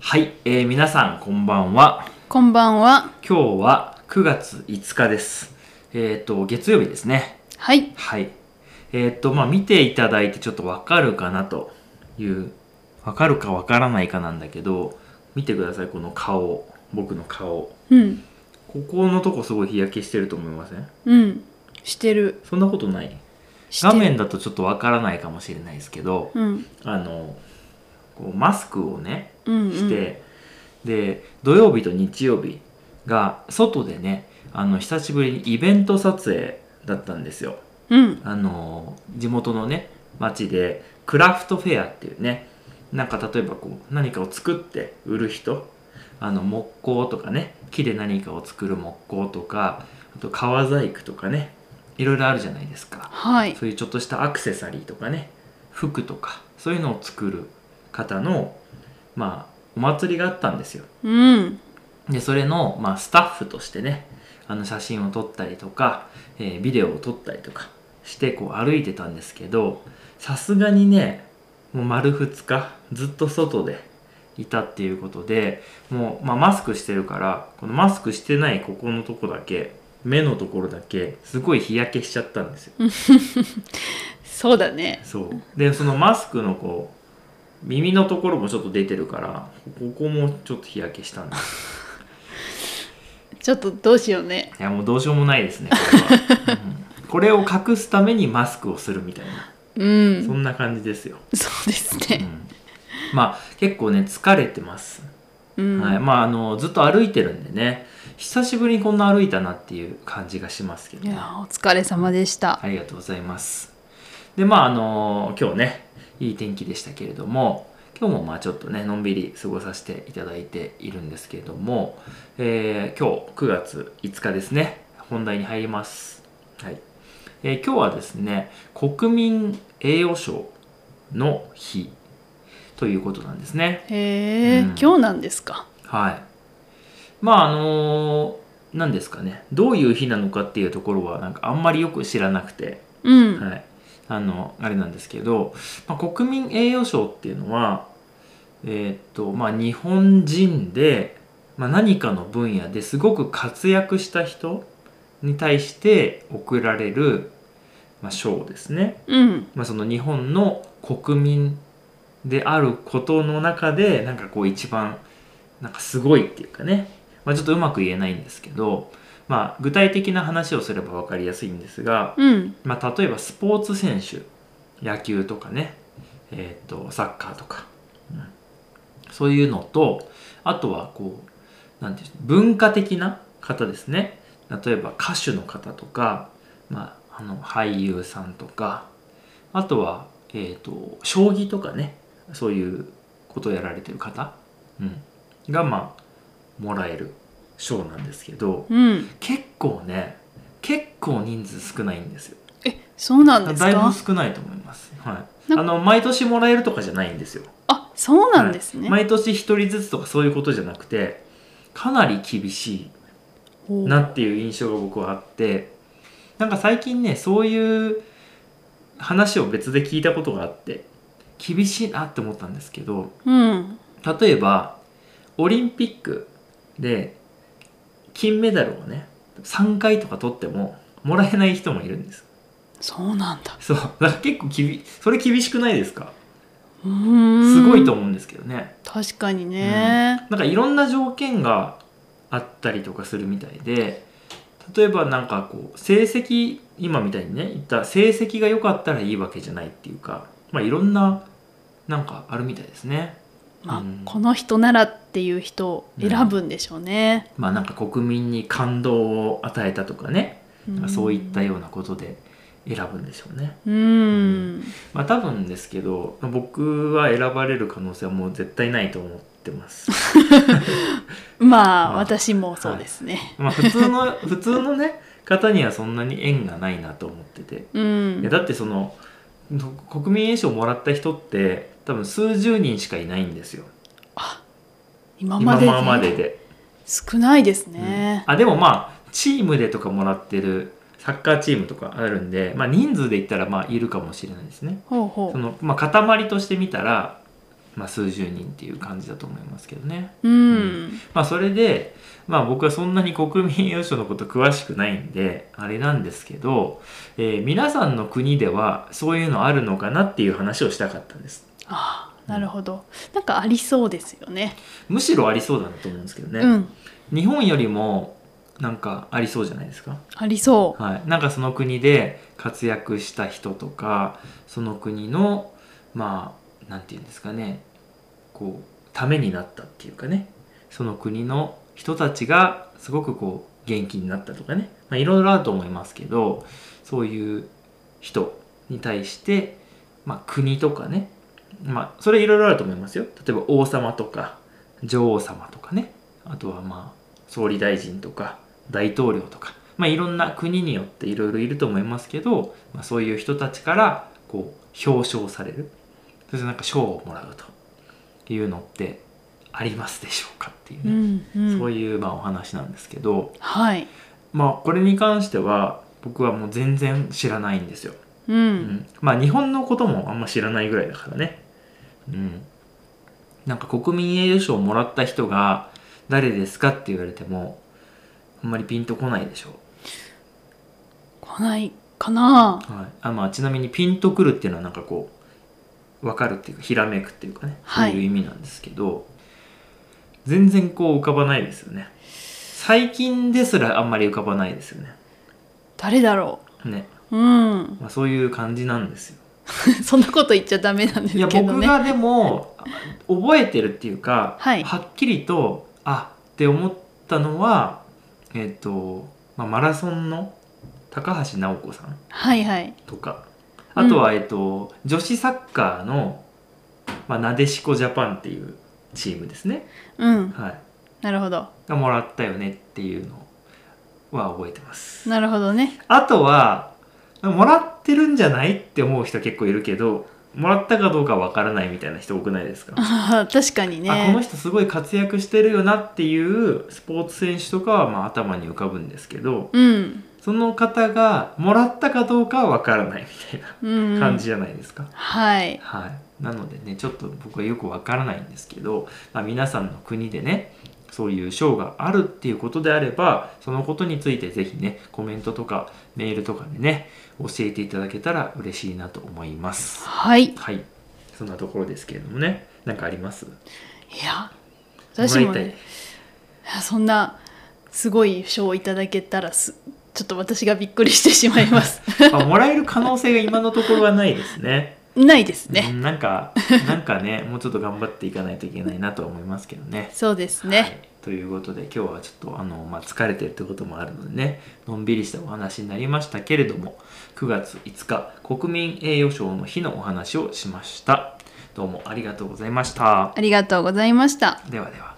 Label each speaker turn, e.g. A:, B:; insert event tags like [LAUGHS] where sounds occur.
A: はい、えー皆さんこんばんは。
B: こんばんは。
A: 今日は9月5日です。えっ、と、月曜日ですね。
B: はい。
A: はい。えっ、と、まあ見ていただいてちょっとわかるかなという、わかるかわからないかなんだけど、見てください、この顔。僕の顔。
B: うん。
A: ここのとこすごい日焼けしてると思いません
B: うん。してる。
A: そんなことない
B: して
A: 画
B: る
A: 面だとちょっとわからないかもしれないですけど、
B: うん。
A: あの、こうマスクをね、
B: うん、うん。
A: して、で土曜日と日曜日が外でねあの久しぶりにイベント撮影だったんですよ
B: うん。
A: あの地元のね町でクラフトフェアっていうねなんか例えばこう何かを作って売る人あの木工とかね木で何かを作る木工とかあと革細工とかねいろいろあるじゃないですか
B: はい。
A: そういうちょっとしたアクセサリーとかね服とかそういうのを作る方のまあお祭りがあったんですよ
B: うん。
A: でそれの、まあ、スタッフとしてねあの写真を撮ったりとか、えービデオを撮ったりとかしてこう歩いてたんですけどさすがにねもう丸2日ずっと外でいたっていうことでもう、まあ、マスクしてるからこのマスクしてないここのとこだけ目のところだけすごい日焼けしちゃったんですよ
B: そうだね。
A: そうでそのマスクのこう耳のところもちょっと出てるからここもちょっと日焼けしたんです
B: ちょっとどうしようね。
A: いやもうどうしようもないですねこれは、うんこれを隠すためにマスクをするみたいな
B: うん。
A: そ
B: そ
A: んな感じですよ、
B: うです
A: う
B: ね。
A: んまあ結構ね疲れてます、
B: うん。
A: はい、まああのずっと歩いてるんでね久しぶりにこんな歩いたなっていう感じがしますけど
B: い
A: ね
B: やー、お疲れ様でした。
A: ありがとうございます。で、まあ、あの今日ね、いい天気でしたけれども、今日もまあちょっとね、のんびり過ごさせていただいているんですけれども、えー今日9月5日ですね、本題に入ります。はい。えー今日はですね、国民栄誉賞の日ということなんですね。
B: へえ、
A: うん
B: 今日なんですか。
A: はい。まああの何ですかね、どういう日なのかっていうところはなんかあんまりよく知らなくて、
B: うん。
A: はい、あのあれなんですけど、まあ、国民栄誉賞っていうのは、えーっとまあ、日本人で、まあ、何かの分野ですごく活躍した人に対して贈られる、まあ、賞ですね、
B: うん。
A: まあ、その日本の国民であることの中でなんかこう一番なんかすごいっていうかね、まあ、ちょっとうまく言えないんですけど、まあ、具体的な話をすれば分かりやすいんですが、
B: うん。
A: まあ、例えばスポーツ選手野球とかね、えー、とサッカーとか、うんそういうのとあとはこうなんていうんでしょう文化的な方ですね例えば歌手の方とか、まあ、あの俳優さんとかあとは、えー、と将棋とかねそういうことをやられてる方、うん、がまあもらえる賞なんですけど
B: うん。
A: 結構ね結構人数少ないんですよ
B: え、そうなんです
A: だいぶ
B: か。
A: 少ないと思います、はい、
B: なん
A: あの毎年もらえるとかじゃないんですよ
B: あ、そうなんです
A: は
B: ね。
A: い毎年一人ずつとかそういうことじゃなくてかなり厳し
B: ほ
A: いうなっていう印象が僕はあってなんか最近ねそういう話を別で聞いたことがあって厳しいなって思ったんですけど
B: うん。
A: 例えばオリンピックで金メダルをね3回とか取ってももらえない人もいるんです
B: そうなんだ。
A: そうだから結構きびそれ厳しくないですか
B: うーん。
A: すごいと思うんですけどね、
B: 確かにね。
A: なんかいろんな条件があったりとかするみたいで例えばなんかこう成績今みたいにね言った成績が良かったらいいわけじゃないっていうかまあいろんななんかあるみたいですね
B: まあ、
A: うん
B: この人ならっていう人を選ぶんでしょうね。
A: まあなんか国民に感動を与えたとかね、
B: うん
A: そういったようなことで選ぶんでしょうね
B: うん、
A: まあ多分ですけど僕は選ばれる可能性はもう絶対ないと思ってます
B: ま
A: まあ
B: あ私もそうですね。
A: まあ普通の [LAUGHS] 普通のね方にはそんなに縁がないなと思ってて、
B: う
A: いや
B: ん、
A: だってそのの国民栄誉賞もらった人って多分数十人しかいないんですよ
B: 今まで
A: 今まで
B: で
A: で、
B: 少ないです
A: うん
B: ね。
A: あでもまあチームでとかもらってるサッカーチームとかあるんで、まあ、人数で言ったらまあいるかもしれないですね
B: ほうほ
A: その、まあ、塊として見たらまあ、数十人っていう感じだと思いますけどね。
B: うん
A: まあ、それで、まあ、僕はそんなに国民栄誉賞のこと詳しくないんであれなんですけど、えー皆さんの国ではそういうのあるのかなっていう話をしたかったんです
B: ああなるほどなんかありそうですよね
A: むしろありそうだなと思うんですけどね、
B: うん
A: 日本よりもなんかありそうじゃないですか、
B: ありそう
A: はい、なんかその国で活躍した人とかその国のまあなんていうんですかねこうためになったっていうかねその国の人たちがすごくこう元気になったとかね、まあ、いろいろあると思いますけどそういう人に対して、まあ、国とかね、まあ、それいろいろあると思いますよ例えば王様とか女王様とかねあとはまあ総理大臣とか大統領とか、まあ、いろんな国によっていろいろいると思いますけど、まあ、そういう人たちからこう表彰されるそしてなんか賞をもらうというのってありますでしょうかっていう
B: う
A: ね、
B: んうん
A: そういうまあお話なんですけど、
B: はい
A: まあ、これに関しては僕はもう全然知らないんですよ。
B: う
A: うんん、まあ日本のこともあんま知らないぐらいだからね。うん。なんか国民栄誉賞をもらった人が誰ですかって言われてもあんまりピンとこないでしょ
B: 来ないかな
A: う。はい。あまあちなみにピンとくるっていうのはなんかこうわかるっていうかひらめくっていうかね、
B: はい
A: そういう意味なんですけど全然こう浮かばないですよね。最近ですらあんまり浮かばないですよね。
B: 誰だろ
A: ね。
B: ううん [LAUGHS]
A: まあそういう感じなんですよ。
B: そんなこと言っちゃダメなんです
A: いや
B: けど
A: 僕
B: ね
A: がでもあ覚えてるっていうか、
B: はい
A: っきりとあって思ったのはえっ、と、まあ、マラソンの高橋尚子さん
B: はいはい
A: とかあとは、えっと女子サッカーの、まあ、なでしこジャパンっていうチームですね、
B: うん
A: はい、
B: なるほど
A: がもらったよねっていうのは覚えてます
B: なるほどね [LAUGHS]
A: あとはもらってるんじゃないって思う人結構いるけどもらったかどうかわからないみたいな人多くないですか
B: あー確かに
A: あこの
B: ね
A: 人すごい活躍してるよなっていうスポーツ選手とかはまあ頭に浮かぶんですけど
B: うん
A: その方がもらったかどうかは分からないみたい
B: うんうん
A: な感じじゃないですか。
B: はい
A: はい、なのでねちょっと僕はよく分からないんですけど、まあ、皆さんの国でねそういう賞があるっていうことであればそのことについて是非ねコメントとかメールとかでね教えていただけたら嬉しいなと思います。
B: はいい
A: はいそんなところですけれどもね何かあります
B: や私も
A: もらい
B: ね
A: たい
B: いやそんなすごい賞をいただけたらすちょっと私がびっくりしてしまいます
A: [LAUGHS] まあ、もらえる可能性が今のところはないですね。
B: ないです
A: う
B: ね
A: んなんか、なんかね、もうちょっと頑張っていかないといけないなとは思いますけどね。
B: そうです
A: は
B: ね
A: いということで、今日はちょっとあの、まあ、疲れてるってこともあるのでね、のんびりしたお話になりましたけれども、9月5日、国民栄誉賞の日のお話をしました。どうもありがとうございました。
B: ありがとうございました
A: ではでは。